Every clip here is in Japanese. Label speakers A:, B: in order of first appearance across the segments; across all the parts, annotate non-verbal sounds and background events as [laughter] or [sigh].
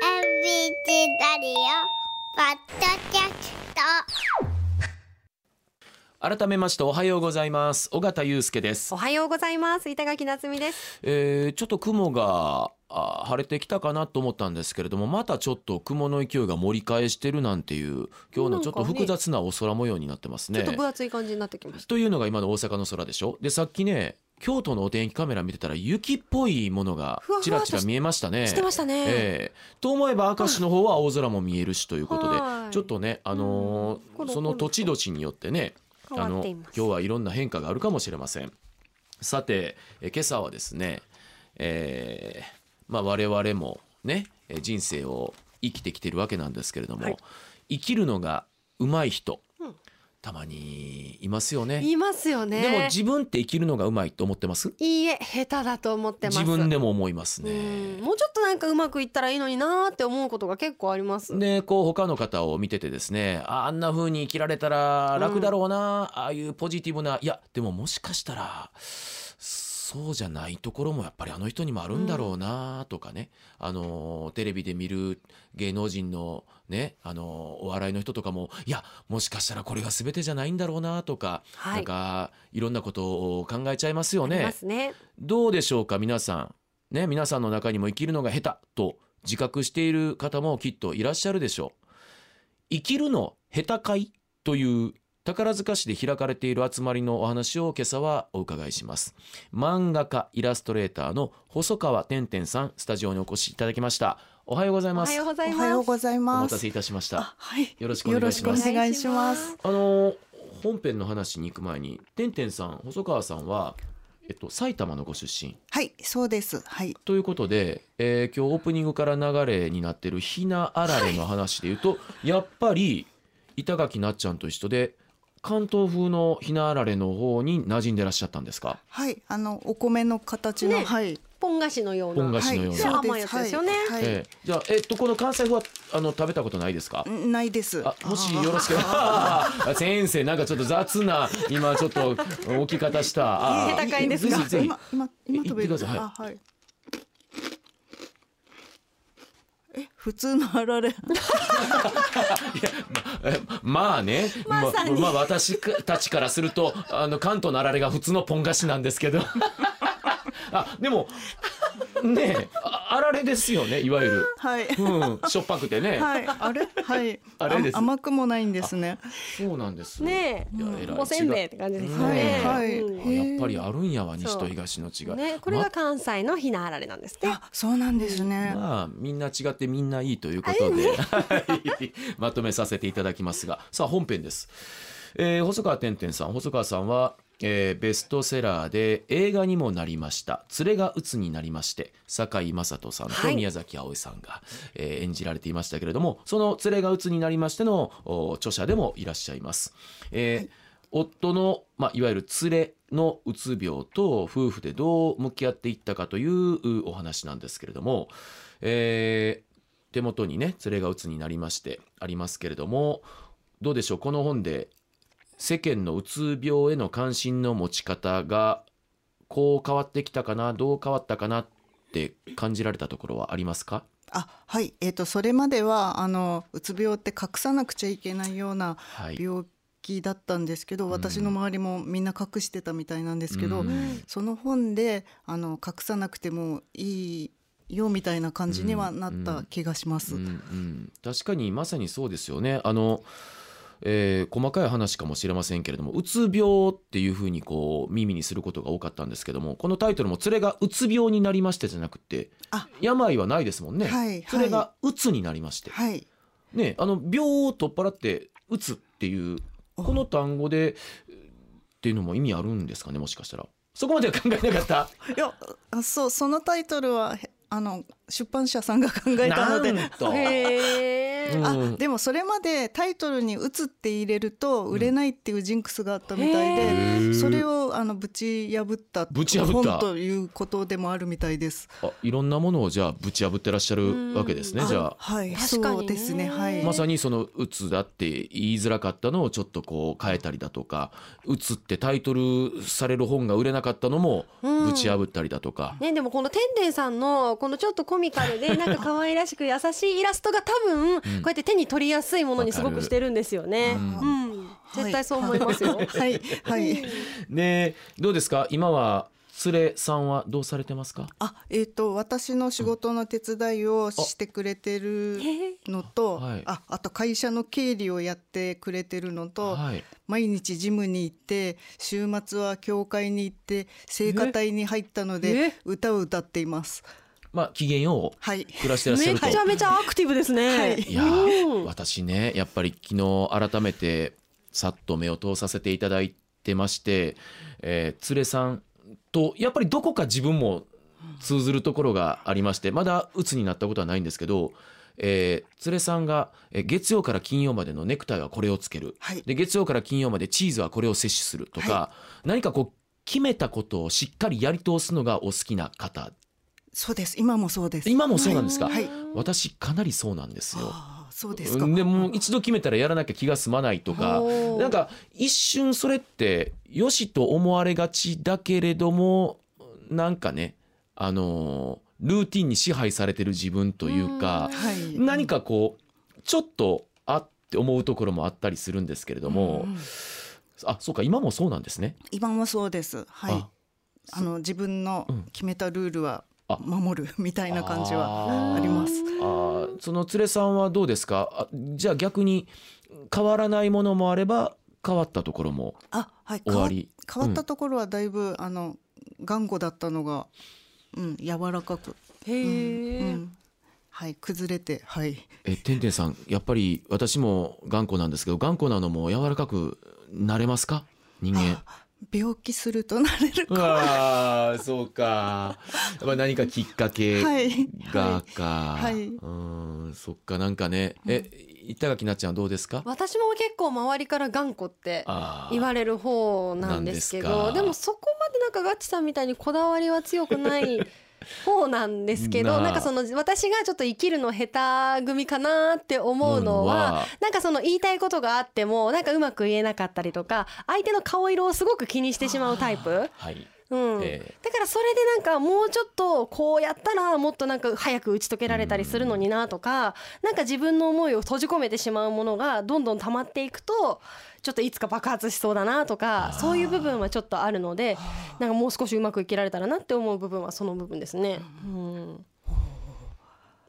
A: チラリオパッドキャスト
B: 改めましておはようございます尾形祐介です、
C: おはようございます板垣夏実です
B: えー、ちょっと雲があ晴れてきたかなと思ったんですけれどもまたちょっと雲の勢いが盛り返してるなんていう今日のちょっと複雑なお空模様になってます
C: ちょ
B: ね
C: っと分厚い感じになってきまし
B: というのが今の大阪の空でしょでさっきね京都のお天気カメラ見てたら雪っぽいものが
C: ふわふわと
B: ちらちら見えましたね
C: してましたね
B: ええと思えば明石の方は青空も見えるしということで
C: はい
B: ちょっとねあのー
C: コロコロ
B: その土地土地によってね
C: た変わ
B: の
C: ってい
B: 今
C: ます
B: 日はいろんな変化があるかもしれませんさてえ今朝はですね、えーまあ、我々もねえ人生を生きてきてるわけなんですけれども、
C: はい
B: 生きるのが上手い人、
C: うん
B: たまにいますよね
C: いますよね
B: でも自分って生きるのが上手いと思ってます
C: いいえ下手だと思ってます
B: 自分でも思います
C: うん
B: ね
C: もうちょっとなんかうまくいったらいいのになーって思うことが結構あります、
B: でこう他の方を見ててですねああんな風に生きられたら楽だろうな、ああいうポジティブないやでももしかしたらそうじゃないところもやっぱりあの人にもあるんだろうなとかね、あのテレビで見る芸能人のねあのお笑いの人とかもいやもしかしたらこれが全てじゃないんだろうなとか、
C: はい
B: なんかいろんなことを考えちゃいますよ
C: い
B: ね
C: ま。すね
B: どうでしょうか皆さん。ね、皆さんの中にも生きるのが下手と自覚している方もきっといらっしゃるでしょう。生きるの下手会という宝塚市で開かれている集まりのお話を今朝はお伺いします。漫画家、イラストレーターの細川てんてんさん、スタジオにお越しいただきました。おはようござい
C: お
B: ま
C: は
B: す。
C: ようございま
D: おは
C: す
D: ようござい
B: お
D: ま
B: 待た
D: す
B: せ。いたしました。
D: あはい。
B: よろしくお願いします
D: よろくお願いします。
B: あのー本編の話に行く前に、てんてんさん、細川さんは、えっと、埼玉のご出身。
D: はい、そうです。はい。
B: ということで、えー今日オープニングから流れになってるひなあられの話で言うと、やっぱり板垣なっちゃんと一緒で関東風のひなあられの方に馴染んでらっしゃったんですか
D: はい、あのお米の形の、
C: ね
D: はい。
C: ポン菓子のような
B: ポン菓子
D: はい、
B: のような
D: そう
C: 甘いやつですよね
D: はい。はい
B: ええじゃあ、えっとこの関西風はあの食べたことないですか
D: んないです。
B: あもしよろしければ [laughs] あ先生なんかちょっと雑な今ちょっと置き方したあ
C: 下手かいですが
B: ぜひぜひ
D: 今今今食べる
B: 言ってくださいはい
D: あはい。え普通のあられ
B: [laughs] えまあね、ま
C: まさに
B: まあ私たちからするとあの関東のあられが普通のポン菓子なんですけどあでもねえああられですよねいわゆる、
D: はい
B: うん、しょっぱくてね、
D: はいあれはい
B: あれです
D: あ甘くもないんですね
B: そうなんです
C: ね
B: いや
C: え
B: 偉い
C: おせんべいって感じですよね、
D: はいはい
C: うん
B: あやっぱりあるんやわ西
C: そ
B: と
C: う
B: 東の違い、
C: ねこれが関西のひなあられなんですね、
D: あそうなんですね、
B: まあみんな違ってみんないいということで、はいまとめさせていただきますがさあ本編です、えー細川てんてんさん細川さんは、えーベストセラーで映画にもなりました「連れが鬱になりまして」堺雅人さんと
C: はい
B: 宮崎あおいさんが、えー演じられていましたけれどもその「連れが鬱になりましての」お著者でもいらっしゃいます。えー夫の、まあ、いわゆる連れのうつ病と夫婦でどう向き合っていったかといううお話なんですけれども、えー手元にね連れがうつになりましてありますけれどもどうでしょうこの本で世間のうつ病への関心の持ち方がこう変わってきたかなどう変わったかなって感じられたところはありますか
D: あはいえっ、とそれまではあのうつ病って隠さなくちゃいけないような
B: はい
D: 病気だったんですけど、
B: ん
D: 私の周りもみんな隠してたみたいなんですけど、
B: うん
D: その本であの隠さなくてもいいよみたいな感じにはなった気がします。
B: うんうん、確かにまさにそうですよねあの、えー細かい話かもしれませんけれどもうつ病っていうふうにこう耳にすることが多かったんですけどもこのタイトルも「連れがうつ病になりまして」じゃなくて
D: あ
B: 病はないですもんね、
D: はいはい
B: 連れがうつになりまして、
D: はい、
B: ねあの病を取っ払ってうつっていうこの単語でっていうのも意味あるんですかねもしかしたらそこまでは考えなかった
D: いやあそうそのタイトルはへあの出版社さんが考えたので
B: なんと
C: へね
B: うん
D: あでもそれまでタイトルに「打つ」って入れると売れないっていうジンクスがあったみたい
C: へ
D: で、
B: へー
D: それをあのぶち破った
B: ぶち破った
D: 本ということでもあるみたいです。
B: あいろんなものをじゃあぶち破ってらっしゃるわけですね
C: うん
B: じゃあ。
D: はい、
C: 確かにね
D: そうですねはい、
B: まさにその「うつ」だって言いづらかったのをちょっとこう変えたりだとか「うつ」ってタイトルされる本が売れなかったのも
C: うん
B: ぶち破ったりだとか、
C: ね、でもこのてんてんさんのこのちょっとコミカルでなんか可愛らしく優しいイラストが多分こうやって手に取りやすいものにすごくしてるんですよね。
B: わか
C: う
B: る
C: ん、絶対そう思いますよ。
D: はいはい
B: ねえどうですか今は連れさんはどうされてますか
D: あえっ、と私の仕事の手伝いをしてくれてるのと、
B: あはい
D: ああと会社の経理をやってくれてるのと、
B: はい、
D: 毎日ジムに行って週末は教会に行って聖歌隊に入ったの
C: え
D: で歌を歌っています。
B: まあ機嫌を
D: はい
B: 暮らしてらっしゃ
C: め
B: ると。
C: ちゃめちゃアクティブです
D: は
C: ね。
D: い
B: いやー
C: うん
B: 私ねやっぱり昨日改めてさっと目を通させていただいてまして、えー、連れさんとやっぱりどこか自分も通ずるところがありましてまだ鬱になったことはないんですけど、えー、連れさんがえー月曜から金曜までのネクタイはこれをつける
D: はい
B: で月曜から金曜までチーズはこれを摂取するとか、
D: は
B: 何かこう決めたことをしっかりやり通すのがお好きな方
D: そうです今もそうです。
B: 今もそうなんですか、
D: はいはい
B: 私かなりそうなんですよ。
D: ああそうですか。
B: でもう一度決めたらやらなきゃ気が済まないとか
C: おー
B: なんか一瞬それってよしと思われがちだけれどもなんかねあのールーティンに支配されてる自分というか
D: はい
B: 何かこうちょっとあって思うところもあったりするんですけれども、
D: うん
B: あそうか今もそうなんですね。
D: 今もそうです。はい
B: あ
D: あの自分の
B: うん
D: 決めたルールは
B: あ
D: 守る [laughs] みたいな感じは。
B: ー
D: あります
B: あーその連れさんはどうですかあじゃあ逆に変わらないものもあれば変わったところも
D: あはい
B: 終わり
D: 変わ変わったところはだいぶ、あの頑固だったのが、うん、柔らかく、
C: へ
D: うん
C: え、
D: うんはい崩れてはい
B: えてんてんさんやっぱり私も頑固なんですけど頑固なのも柔らかくなれますか人間
D: あ病気するとなれる
B: [laughs] う
D: か
B: わーそうかやっぱ何かきっかけ
D: はい
B: がか、
D: はいはいう
B: ーんそっかなんかねえ板垣なっちゃんはどうですか
C: 私も結構周りから頑固って
B: あー
C: 言われる方なんですけ
B: なんで
C: ど
B: すか
C: でもそこまでなんかガッチさんみたいにこだわりは強くない方なんですけど
B: なあ
C: なんかその私がちょっと生きるの下手組かなって思うの
B: 思うの
C: は
B: は
C: なんかその言いたいことがあってもなんかうまく言えなかったりとか相手の顔色をすごく気にしてしまうタイプ。
B: はい
C: うん
B: ええ
C: だからそれでなんかもうちょっとこうやったらもっとなんか早く打ち解けられたりするのになとか、なんか自分の思いを閉じ込めてしまうものがどんどん溜まっていくとちょっといつか爆発しそうだなとかそういう部分はちょっとあるのでなんかもう少しうまく生きられたらなって思う部分はその部分ですね。うん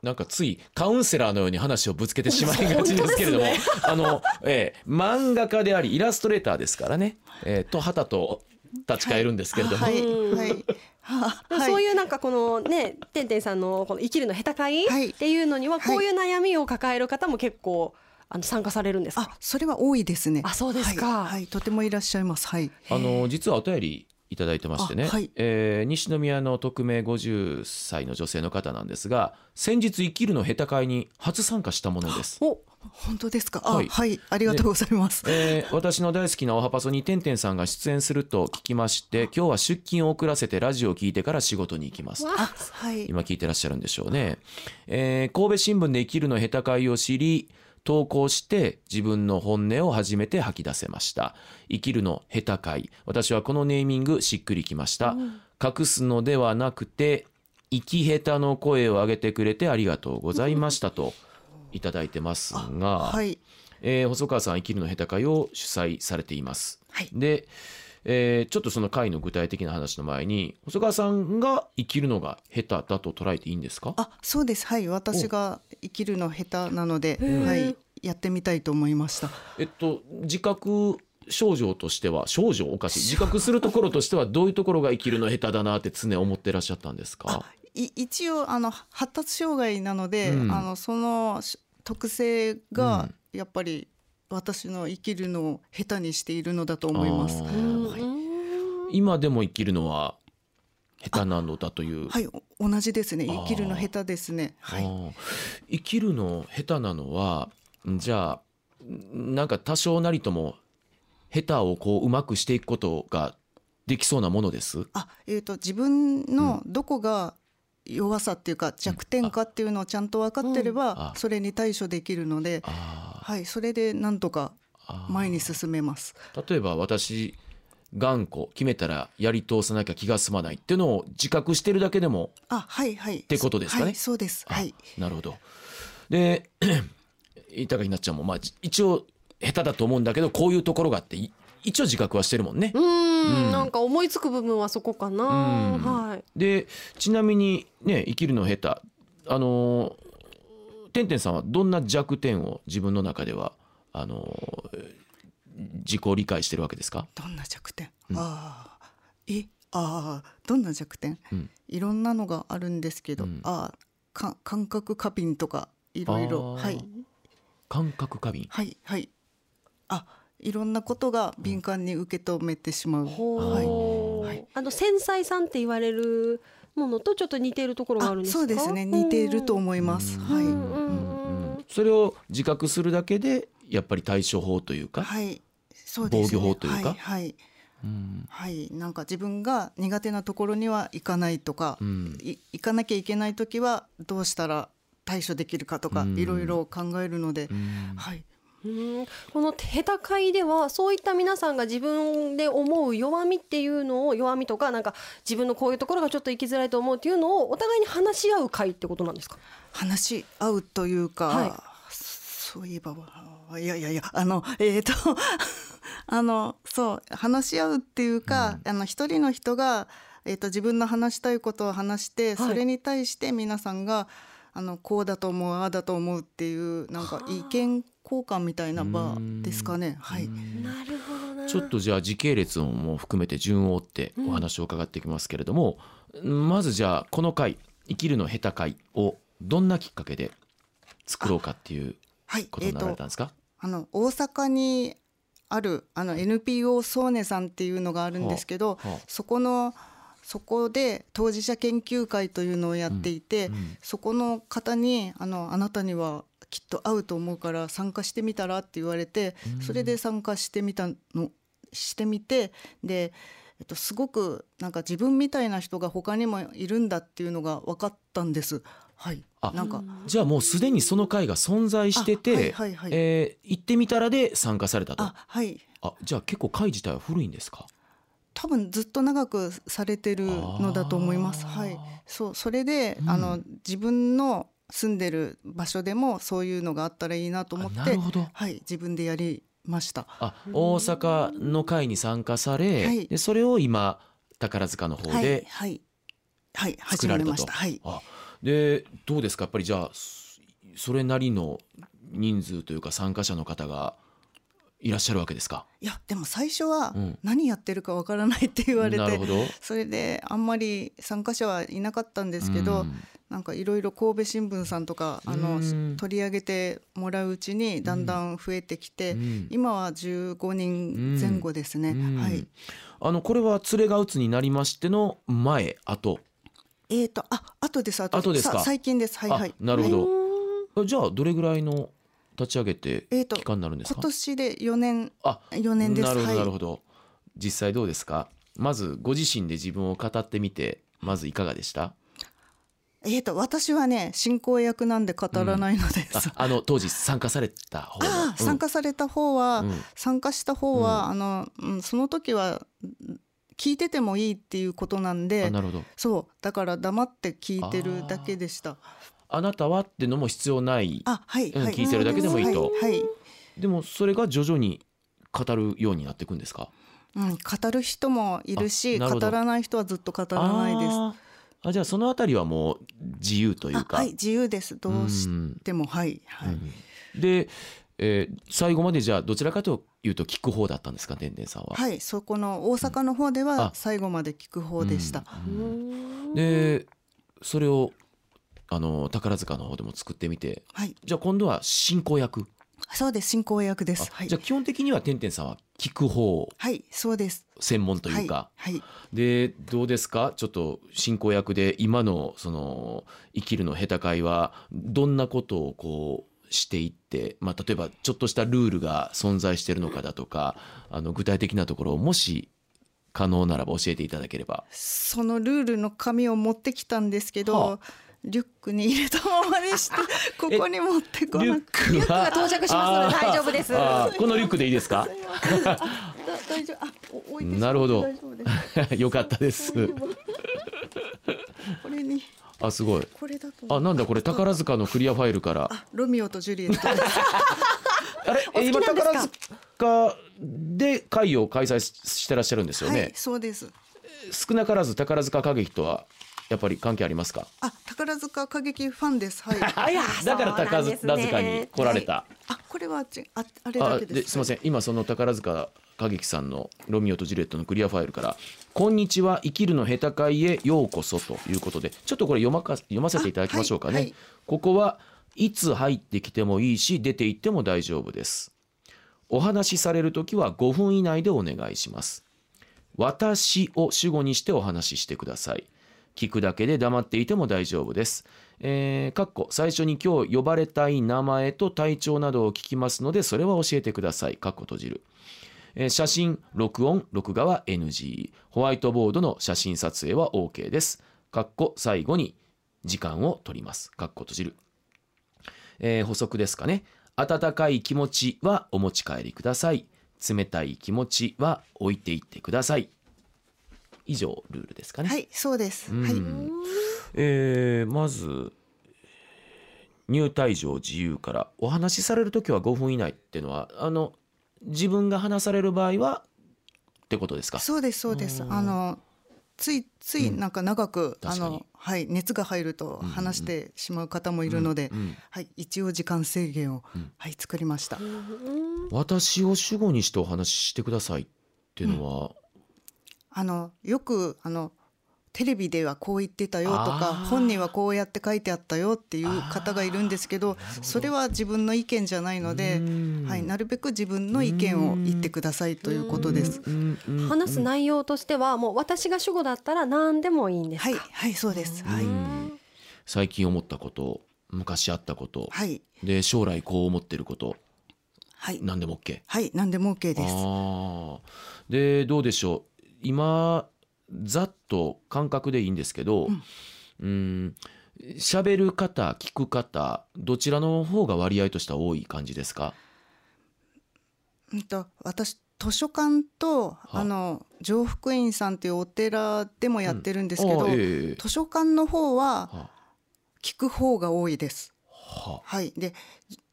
B: なんかついカウンセラーのように話をぶつけてしまいがちですけれども、あの、ええ漫画家でありイラストレーターですからね、ええと旗と立ち返るんですけれども、
D: はい
C: うん
D: はいは
C: でもそう
D: う
C: いうなんかこのねてんてんさんのこの生きるの下手かい
D: はい
C: っていうのには
D: はい
C: こういう悩みを抱える方も結構あの参加されるんですか
D: あそれは多いですね
C: あそうですか
D: はい、はいとてもいらっしゃいますはい
B: あの実はお便りいただいてましてね、
D: あはい
B: ええ西宮の匿名50歳の女性の方なんですが、先日生きるの下手会に初参加したものです。
C: お
D: 本当ですかあ
B: は
D: はいい、ありがとうございます、
B: えー私の大好きなオハパソにてんてんさんが出演すると聞きまして今日は出勤を遅らせてラジオを聞いてから仕事に行きます
D: あはい
B: 今聞いてらっしゃるんでしょうね、えー神戸新聞で生きるの下手会を知り投稿して自分の本音を初めて吐き出せました生きるの下手会私はこのネーミングしっくりきました、隠すのではなくて生き下手の声を上げてくれてありがとうございましたといただいてますが、
D: はい
B: えー細川さん生きるの下手会を主催されています。
D: はい
B: で、えーちょっとその会の具体的な話の前に細川さんが生きるのが下手だと捉えていいんですか
D: あそうですはい私が生きるの下手なので
C: へえ
D: はいやってみたいと思いました
B: えっと自覚症状としては症状おかしい自覚するところとしてはどういうところが生きるの下手だなって常思ってらっしゃったんですか
D: い一応あの発達障害なので、
B: うん
D: あのそのし特性がやっぱり私の生きるのを下手にしているのだと思います。
B: あ
C: うん
B: ー今でも生きるのは下手なのだという。
D: はいお同じですね
B: あー
D: 生きるの下手ですねは
B: あ
D: い
B: ー生きるの下手なのはじゃあんなんか多少なりとも下手をこううまくしていくことができそうなものです。
D: あえっ、と自分のどこが弱さっていうか弱点かっていうのをちゃんと分かってれ
B: うんあ
D: ばそれに対処できるので、
B: あ
D: はい、それでなんとか
B: ー
D: 前に進めます。
B: 例えば私頑固決めたらやり通さなきゃ気が済まないっていうのを自覚してるだけでも
D: あ、はいはい。って
B: ことですかね
D: はい、そうです。
B: あ
D: はい。
B: なるほど。で [clears throat] 板垣なっちゃんもまあじ一応下手だと思うんだけどこういうところがあってい一応自覚はしてるもんね。
C: う
B: うん
C: んなんか思いつく部分はそこかな
B: うん
C: はい
B: でちなみにね生きるの下手あのーてんてんさんはどんな弱点を自分の中ではあのー自己理解してるわけですか、
D: どんな弱点、
B: うん
D: ああ、え、ああ、どんな弱点、
B: うん
D: いろんなのがあるんですけど、
B: うん
D: ああ、か感覚過敏とかいろいろ、
B: あー
D: はい
B: 感覚過敏
D: はいはい。あ、いろんなことが敏感に受け止めてしまう。はい。
C: ほう、
D: はい
C: あの繊細さんって言われるものとちょっと似ているところがあるん
D: あ、
C: ですか
D: そうですね。似ていると思います。
B: うん
D: はい。
C: うんうんうんうん
B: それを自覚するだけでやっぱり対処法というか、
D: はい。そうですね。
B: 防御法というか
D: はいはい。
B: うん
D: はい、なんか自分が苦手なところには行かないとか、
B: うん
D: い行かなきゃいけない時はどうしたら対処できるかとか、
B: うん
D: いろいろ考えるので、
B: うん
D: はい、
C: うんこの下手会ではそういった皆さんが自分で思う弱みっていうのを弱みとかなんか自分のこういうところがちょっと生きづらいと思うっていうのをお互いに話し合う会ってことなんですか
D: 話し合うというか、
C: はい
D: そういえばあいやいやいやあのえっ、と [laughs] あのそう話し合うっていうか、あの一人の人が、えー、と自分の話したいことを話して、
C: はい
D: それに対して皆さんがあのこうだと思うああだと思うっていうなんか意見交換みたいな場ですかね。はい、
C: なるほどな
B: ちょっとじゃあ時系列も含めて順を追ってお話を伺っていきますけれども、まずじゃあこの回「生きるの下手会」をどんなきっかけで作ろうかっていう
D: はい
B: こと
D: えっ、
B: になられ
D: と
B: たんですか、
D: あの大阪にあるあの NPO ソーネさんっていうのがあるんですけど、
B: はあはあ
D: そこのそこで当事者研究会というのをやっていて、
B: うん
D: そこの方にあの「あなたにはきっと合うと思うから参加してみたら?」って言われて、
B: うん
D: それで参加してみたのしてみてで、えっと、すごくなんか自分みたいな人が他にもいるんだっていうのが分かったんです。はい、
B: あ
D: なんか
B: じゃあもうすでにその会が存在してて、
D: あはいはいはい
B: えー行ってみたらで参加されたと
D: あ
B: あ
D: はい
B: じゃあ結構会自体は古いんですか
D: 多分ずっと長くされてるのだと思います。
B: あー
D: はい、そうそれで、
B: うん
D: あの自分の住んでる場所でもそういうのがあったらいいなと思っ
B: あなる
D: て、
B: ほど
D: はい、自分でやりました。
B: あ大阪の会に参加され、
D: はい
B: でそれを今宝塚の方
D: は
B: で
D: いはいはい
B: 作
D: 始
B: ら
D: め
B: れたと
D: ました。はい
B: あでどうですかやっぱりじゃあそそれなりの人数というか参加者の方がいらっしゃるわけですか
D: いやでも最初は
B: うん
D: 何やってるかわからないって言われ
B: なる
D: て、
B: ほど
D: [laughs] それであんまり参加者はいなかったんですけど、
B: うん
D: なんかいろいろ神戸新聞さんとかあの
B: うん
D: 取り上げてもらううちにだんだん増えてきて、
B: うん
D: 今は15人前後ですね。
B: うん
D: はい。
B: あのこれは連れが鬱になりましての前後、
D: えっ、とあ後です後
B: 後ですか
D: さ最近ですはいはい。
B: あなるほ
D: はい
B: ど、あじゃあどれぐらいの立ち上げて
D: えーと
B: 期間になるんです
D: 今
B: か、
D: 年で4年
B: あ
D: 4年です。
B: なるほどなる
D: はい。
B: ほど、実際どうですかまずご自身で自分を語ってみてまずいかがでした
D: えっ、と私はね進行役なんで語らないのです。
B: ああの当時参加された方の
D: ああ、
B: うん
D: 参加された方は、
B: うん
D: 参加した方は、あの、うん、その時はうん聞いててもいいっていうことなん
B: あ
D: で
B: なるほど
D: そうだから黙って聞いてるだけでした
B: あなたはってのも必要ない
D: あはい、
B: うん
D: はい、
B: 聞いてるだけでもいいと
D: はい、はい
B: でもそれが徐々に語るようになっていくんですか
D: うん、語る人もいるし
B: あなるほ
D: 語
B: ど
D: らない人はずっと語らないです
B: あーあじゃあそのあたりはもう自由という
D: あ
B: か
D: はい自由ですどうし
B: ん
D: てもはい、はい
B: うんで、えー最後までじゃあどちらかというと聞く方だったんですかでんでんさんは、
D: はい、そこの大阪の方で
B: うんあ
D: は最後まで聞く方でした、
B: うんでそれをあの宝塚の方でも作ってみて
D: はい
B: じゃあ今度は進行役
D: そうです進行役です。は
B: あ
D: い
B: じゃあ基本的にはてんてんさんは聞く方
D: はいそうです。
B: 専門というか、
D: はい、はい
B: でどうですかちょっと進行役で今のその生きるの下手会はどんなことをこうしていって、まあ、例えばちょっとしたルールが存在してるのかだとかあの具体的なところをもし可能ならば教えていただければ。
D: そのルールの紙を持ってきたんですけど、
B: は
D: リュックに入れたままでしてここに持ってこ
B: リュ
D: な
B: ッ
D: くて
B: ク
C: が
B: は
C: 到着しますので大丈夫です
B: あーあーこのリュックでいいですか
D: あだ大丈夫あお置いてしまって
B: なるほど
D: 大丈夫です
B: [laughs] よかった
C: [laughs]
B: です
D: そういえばこれに
B: あすごい
D: これだと
B: あなんだこれ宝塚のクリアファイルから
D: あロミオとジュリエットです
B: あれえ
C: お
B: 今
C: 好きなんですか
B: 宝塚で会を開催ししてらっしゃるんですよね、
D: はいそうです
B: 少なからず宝塚歌劇とはやっぱり関係ありますか
D: あ宝塚歌劇ファンですはい
B: [laughs]
C: あいや
B: だから
C: そうな
B: 宝
C: んですね
B: 塚に来られた、
D: あこれはちああれ
B: あ
D: だけで
B: ですすいません今その宝塚歌劇さんの「ロミオとジュリエット」のクリアファイルから「こんにちは生きるの下手会へようこそ」ということでちょっとこれ読まか読ませていただきましょうかね、
D: あはいはい
B: ここはいつ入ってきてもいいし出て行っても大丈夫ですお話しされるときは5分以内でお願いします私を主語にしてお話ししてください。聞くだけで黙っていても大丈夫です。えー、かっこ最初に今日呼ばれたい名前と体調などを聞きますので、それは教えてください。かっこ閉じる。えー写真、録音、録画は NG。ホワイトボードの写真撮影は OK です。かっこ最後に時間を取ります。かっこ閉じる。えー補足ですかね。温かい気持ちはお持ち帰りください。冷たい気持ちは置いていってください。以上ルールですかね。
D: はいそうです、
B: うん
D: はい
B: えーまず入退場自由からお話しされるときは5分以内っていうのはあの自分が話される場合はってことですか。
D: そうですそうです
B: うん
D: あのついついなんか長く、
B: うん
D: あ
B: 確かに
D: のはい熱が入ると
B: うんうん
D: 話してしまう方もいるので、
B: うんうん
D: はい一応時間制限を、
B: うん
D: はい作りました
B: 私を主語にしてお話ししてくださいっていうのは、
D: あのよくあのテレビではこう言ってたよとか
B: あー
D: 本人はこうやって書いてあったよっていう方がいるんですけどそれは自分の意見じゃないので、
B: うん
D: はい、なるべく自分の意見を言ってくださいということです。
B: うんうんうん、
C: 話す内容としてはもう私が主語だったら何でもいいんですか、
D: はい、はい、そうです。はいう
B: ん最近思ったこと昔あったこと、
D: はい、
B: で将来こう思ってること
D: はい、
B: 何でも OK。
D: はい、何でも OK です。
B: あーでどうでしょう今ざっと感覚でいいんですけど
D: うん
B: うん喋る方聞く方どちらの方が割合としては多い感じですか
D: うんと私図書館とあの常福院さんというお寺でもやってるんですけど、
B: あーええ
D: 図書館の方は
B: は
D: 聞く方が多いです。
B: は
D: はい、で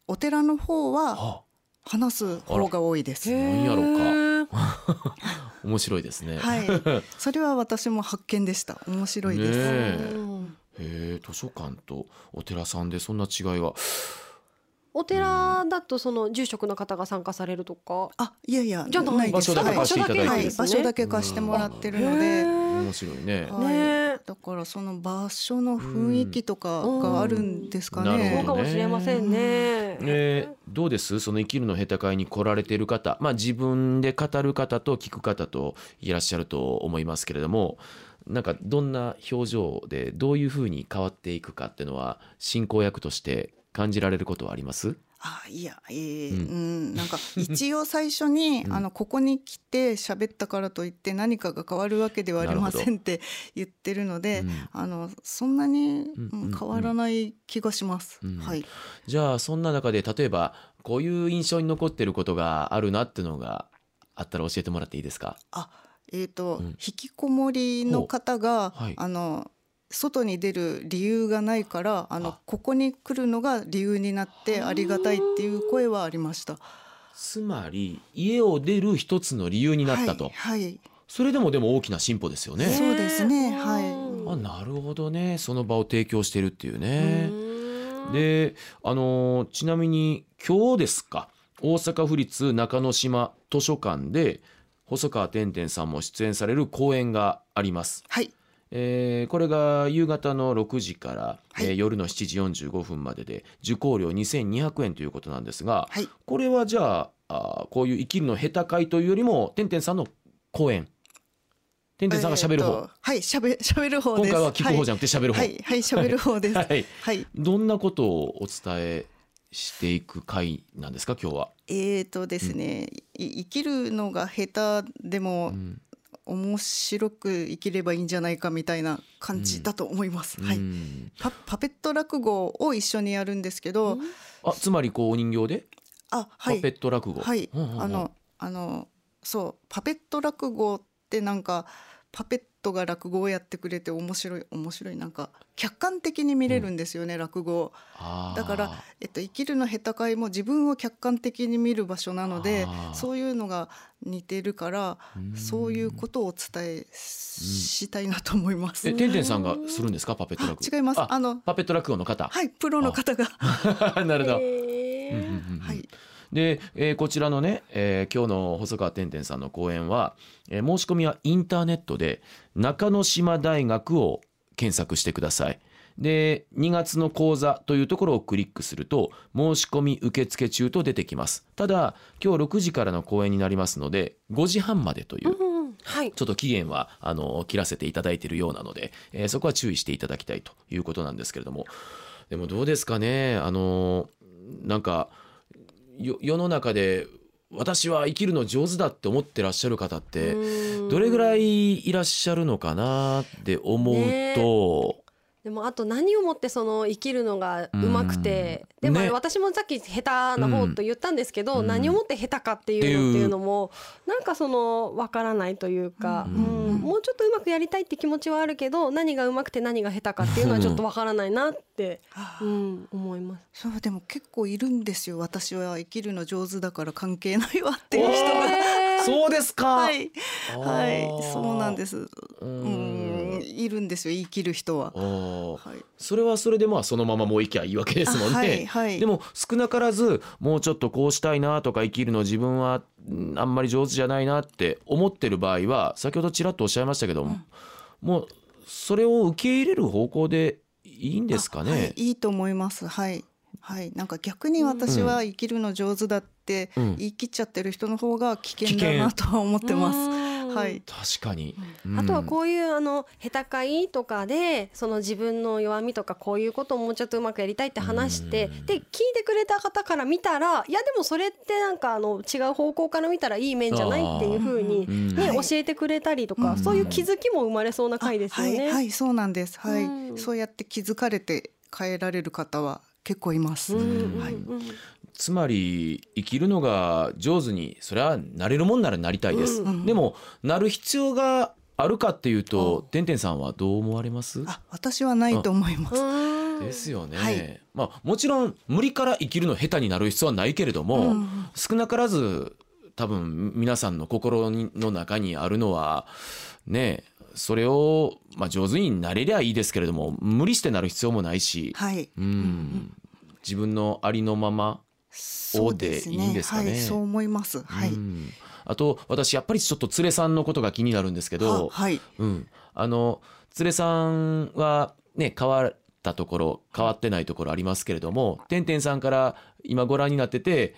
D: お寺の方は
B: は
D: 話す方が多いです。
B: ら
D: は
B: 何やろうか
C: うか
B: 面白いですね。
D: い、 [laughs]
B: [laughs]
D: それは私も発見でした。面白いです。
B: ねえへえ図書館とお寺さんでそんな違いは
C: お寺だとその住職の方が参加されるとか
D: あ、いやいや、
C: じゃあない
D: で
B: 場
D: す
B: 所だけ貸していただいて、
C: は
D: はい、
C: ですね
D: 場所だけ貸してもらってるの
C: へ
D: で。
C: ー
B: 面白いね。
D: はい
C: ねえ
D: だからその場所の雰囲気とかがあるんですか
B: うんなる
C: そう
B: ほど
C: か
D: ね。
C: もしれませんね。
B: [laughs] えーどうですその生きるの下手会に来られてる方、まあ、自分で語る方と聞く方といらっしゃると思いますけれどもなんかどんな表情でどういうふうに変わっていくかっていうのは進行役として感じられることはあります
D: あ、いや、えー
B: う
D: うんん、なんか一応最初に、
B: うん
D: あのここに来て喋ったからといって何かが変わるわけではありま
B: な
D: せ
B: る
D: んって言ってるので、
B: うん
D: あのそんなに、
B: うん
D: うん
B: うん
D: 変わらない気がします。
B: うん
D: はい。
B: じゃあそんな中で例えばこういう印象に残ってることがあるなっていうのがあったら教えてもらっていいですか
D: あ、えっ、と、
B: うん
D: 引きこもりの方が、
B: ほうはい
D: あの。外に出る理由がないからあの
B: あ
D: ここに来るのが理由になってありがたいっていう声はありました。
B: つまり家を出る一つの理由になったと、
D: はい、はい
B: それでもでも大きな進歩ですよね。
D: そうです
C: え
D: ねはい
C: うん
B: あなるほどねその場を提供してるっていうね。
C: うん
B: であのーちなみに今日ですか大阪府立中之島図書館で細川てんてんさんも出演される講演があります。
D: はい
B: えーこれが夕方の6時から、えー夜の7時45分までで受講料2200円ということなんですが、
D: はい
B: これはじゃああーこういう生きるの下手会というよりもてんてんさんの講演てんてんさんがしゃべる方、
D: えーとはいしゃべしゃべる方です
B: 今回は聞く方じゃなくてしゃべる方、
D: はいはいしゃべる方です
B: [laughs] は
D: はいい、
B: どんなことをお伝えしていく会なんですか今日は、
D: えーとですね、い生きるのが下手でも
B: うん
D: 面白く生きればいいんじゃないかみたいな感じだと思います、は
B: う
D: い
B: ん
D: パパペット落語を一緒にやるんですけど、
B: あつまりこうお人形で
D: あは
B: パ
D: い
B: ペット落語、
D: はい、
B: うんうんうん
D: あのあのそうパペット落語ってなんかパペットが落語をやってくれて面白い面白いなんか客観的に見れるんですよね、落語を
B: あー
D: だからえっと、生きるの下手かいも自分を客観的に見る場所なので
B: あー
D: そういうのが似てるから
B: うん
D: そういうことをお伝えしたいなと思います。
B: えてんてんさんがするんですかパペット落語
D: 違います
B: あ
D: あの
B: パペット落語の方
D: はいプロの方が
B: [laughs] なるほど、うんうん
C: へー
B: うんうん
D: はい
B: で、えーこちらのね、えー今日の細川てんてんさんの講演は、えー申し込みはインターネットで中之島大学を検索してください。で2月の講座というところをクリックすると申し込み受付中と出てきますただ今日6時からの講演になりますので5時半までという
C: うんうんはい。
B: ちょっと期限はあの切らせていただいているようなので、えーそこは注意していただきたいということなんですけれどもでもどうですかねあのなんかよ世の中で私は生きるの上手だって思ってらっしゃる方ってど
C: ど
B: れぐらいいらっしゃるのかなって思うと、
C: でもあと何をもってその生きるのがうまくて、
B: うん
C: でもあれ
B: ね
C: 私もさっき下手な方と言ったんですけど、
B: うん
C: 何をもって下手かっていう
B: ってい
C: の
B: う
C: っていうのもなんかそのわからないというか、
B: うん
C: うんもうちょっとうまくやりたいって気持ちはあるけど何がうまくて何が下手かっていうのはちょっとわからないなって、うん、思います。
D: そうでも結構いるんですよ私は生きるの上手だから関係ないわっていう人が。
B: そうですか、
D: はい、
B: あー
D: はい、そうなんです。う
B: う
D: ー
B: ん
D: ん、いるんですよ、生きる人は
B: あ。ー
D: はい、
B: それはそれでまあそのままもういきゃいいわけですもんね。
D: あはいはい
B: でも少なからずもうちょっとこうしたいなとか生きるの自分はうんあんまり上手じゃないなって思ってる場合は先ほどちらっとおっしゃいましたけども、もうそれを受け入れる方向でいいんですかね。
D: はい、いいと思います。はい、はい、なんか逆に私は生きるの上手だって
B: うん
D: 言い切っちゃってる人の方が危険だなとは思ってます。
C: うん
D: はい、
B: 確かに、うん
C: あとはこういうあの下手会とかでその自分の弱みとかこういうことをもうちょっとうまくやりたいって話して
B: うん
C: で聞いてくれた方から見たらいやでもそれってなんかあの違う方向から見たらいい面じゃないっていう風に
B: う、ん
C: ね
D: はい
C: 教えてくれたりと
B: う
C: か
B: ん
C: そういう気づきも生まれそうな回ですよ
D: はい、は
C: ね。
D: い、そうなんです。はい、
C: うん
D: そうやって気づかれて変えられる方は結構います。
C: うんうん
D: はい、
C: うん
B: つまり生きるのが上手にそれはなれるもんならなりたいです、
C: うん
D: うん
B: でもなる必要があるかっていうと、
D: うん
B: てんてんさんはどう思われます
D: あ、私はないと思います。
C: うん
B: ですよね、
D: はい
B: まあもちろん無理から生きるの下手になる必要はないけれども、
D: うん
B: 少なからず多分皆さんの心にの中にあるのはねそれを、まあ、上手になれりゃいいですけれども無理してなる必要もないし、
D: はい。
B: うん自分のありのまま、
D: そうです
B: でいいんですかね
D: はい、そう思います。はい。
B: うんあと私やっぱりちょっと連れさんのことが気になるんですけど、
D: ははい。
B: うん、あの連れさんはね変わったところ変わってないところありますけれどもてんてんさんから今ご覧になってて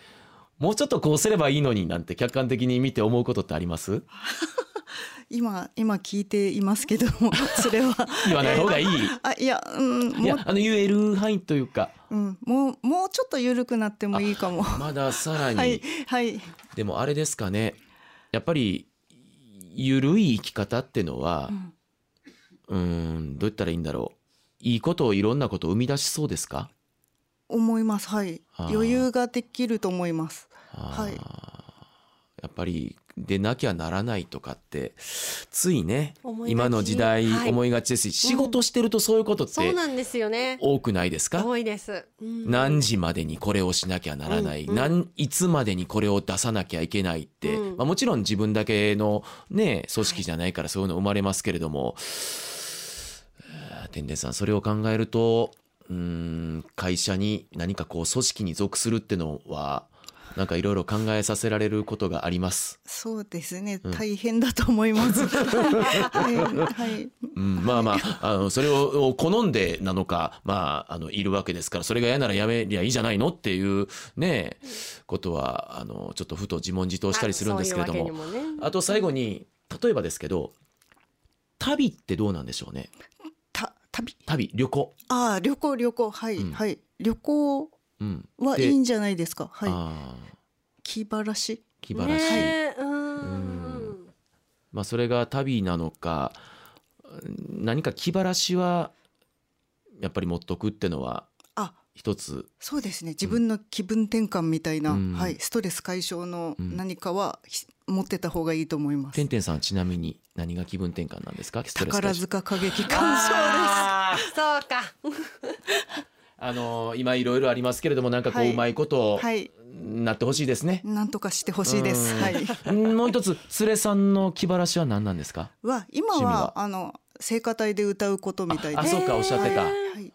B: もうちょっとこうすればいいのになんて客観的に見て思うことってあります
D: 今今聞いていますけど
B: [laughs]
D: もそれは
B: 言わない方がいい
D: あいやうん
B: い
D: も
B: や
D: う
B: あの言える範囲というか
D: うんもうもうちょっと緩くなってもいいかもは
B: まださらに、
D: いはい
B: でもあれですかねやっぱりゆるい生き方ってのは
D: う
B: う
D: ん
B: ーんどう言ったらいいんだろういいことをいろんなことを生み出しそうですか
D: 思いますはい
B: あー
D: 余裕ができると思いますは
B: い、
D: い
B: やっぱり出なきゃならないとかってついね
C: 思いがち
B: 今の時代
C: はい
B: 思いがちですし、仕事してるとそういうことっ
C: そう
B: て
C: なんですよね。
B: 多くないですか、
C: 多いです。うん
B: 何時までにこれをしなきゃならない、
C: うんうん
B: 何いつまでにこれを出さなきゃいけないって、
C: うん
B: まあ、もちろん自分だけのね組織じゃないからそういうの生まれますけれども、えー天然さんそれを考えるとうーん会社に何かこう組織に属するってのはなんかいろいろ考えさせられることがあります。
D: そうですね、
B: うん
D: 大変だと思いま
B: [laughs]
D: す。はい、はい、
B: うん、まあまあ、あの、それを好んでなのか、まあ、あの、いるわけですから、それが嫌ならやめりゃいいじゃないのっていうね、ことは、あの、ちょっとふと自問自答したりするんですけれども。
C: そういうわけにもね
B: あと最後に、例えばですけど、旅ってどうなんでしょうね。
D: た、旅、
B: 旅、旅行。
D: ああ、旅行、旅行、はい、
B: うん
D: はい、旅行
B: うん。
D: は
B: で
D: いいんじゃないですか。はい、
B: ああ、
D: 気晴らし。
B: 気晴らしい。
C: ねえうん
B: んまあ、それが旅なのか、うん何か気晴らしは、やっぱり持っとくってのは、
D: あ、
B: 一つ、
D: そうですね。自分の気分転換みたいな、
B: うん
D: はい、ストレス解消の
B: うん
D: 何かは、ひ持ってた方がいいと思います
B: て。んてんさんはちなみに何が気分転換なんですかストレス解消
D: 宝塚歌劇鑑賞です。
B: あー
C: そうか
B: あのー今いろいろありますけれどもなんかこ
D: は
B: う
D: いう
B: まいこと
D: [laughs] はい、
B: なってほしいですね。
D: なんとかしてほしいです。
B: うん
D: はい。
B: うんもう一つ連れさんの気晴らしは何なんですか。
D: は今
B: 趣味
D: は
B: は
D: あの聖歌隊で歌うことみたい
B: あ
D: です。
B: そうかおっしゃってた
C: えー
D: はい、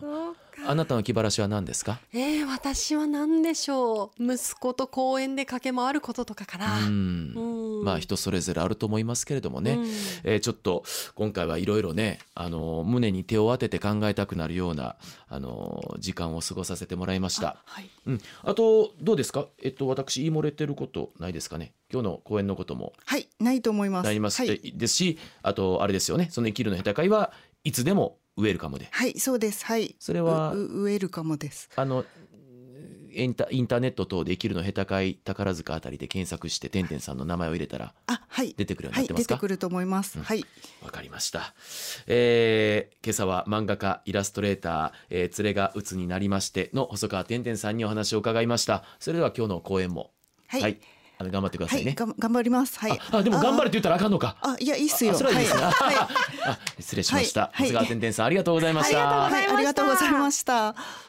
C: そうか
B: あなたの気晴らしは何ですか。
C: えー、私は何でしょう息子と公園で駆け回ることとかか
B: う
C: な、
B: ん。
C: うん
B: まあ人それぞれあると思いますけれどもね。
C: うん
B: えーちょっと今回はいろいろね、あのー胸に手を当てて考えたくなるような、あのー時間を過ごさせてもらいました。
D: はい、
B: うん、あとどうですか、えっと、私言い漏れてることないですかね今日の講演のことも
D: はい、ないと思います。
B: なります、
D: はい、
B: えですしあとあれですよねその生きるの下手会はいつでもウェルカムで
D: はい、そうです。はい。
B: それは
D: ううウェルカムです。
B: あのインタインターネット等で生きるの下手会宝塚あたりで検索しててんてんさんの名前を入れたら
D: あ、はい。
B: 出てくるように
D: は、
B: ないってま
D: 出
B: すか
D: て
B: わ、
D: くると思います。
B: うん
D: はい、
B: かりました、えー今朝は漫画家イラストレーター、えー連れが鬱になりましての細川てんてんさんにお話を伺いましたそれでは今日の講演も
D: はい、
B: はい、あの頑張ってくだ
D: は
B: さいね
D: い、、がん頑張ります。はい。
B: ああでも頑張れって言ったらあかんのか
D: あ、あいや、いいっす
B: あ
D: よ。
B: それはいいですね
D: はい、はい
B: あ失礼しました。
D: はい
B: 長谷川てんてんさん、ありがとうございまし。
C: ありがとうございました
D: はいありがとうございました。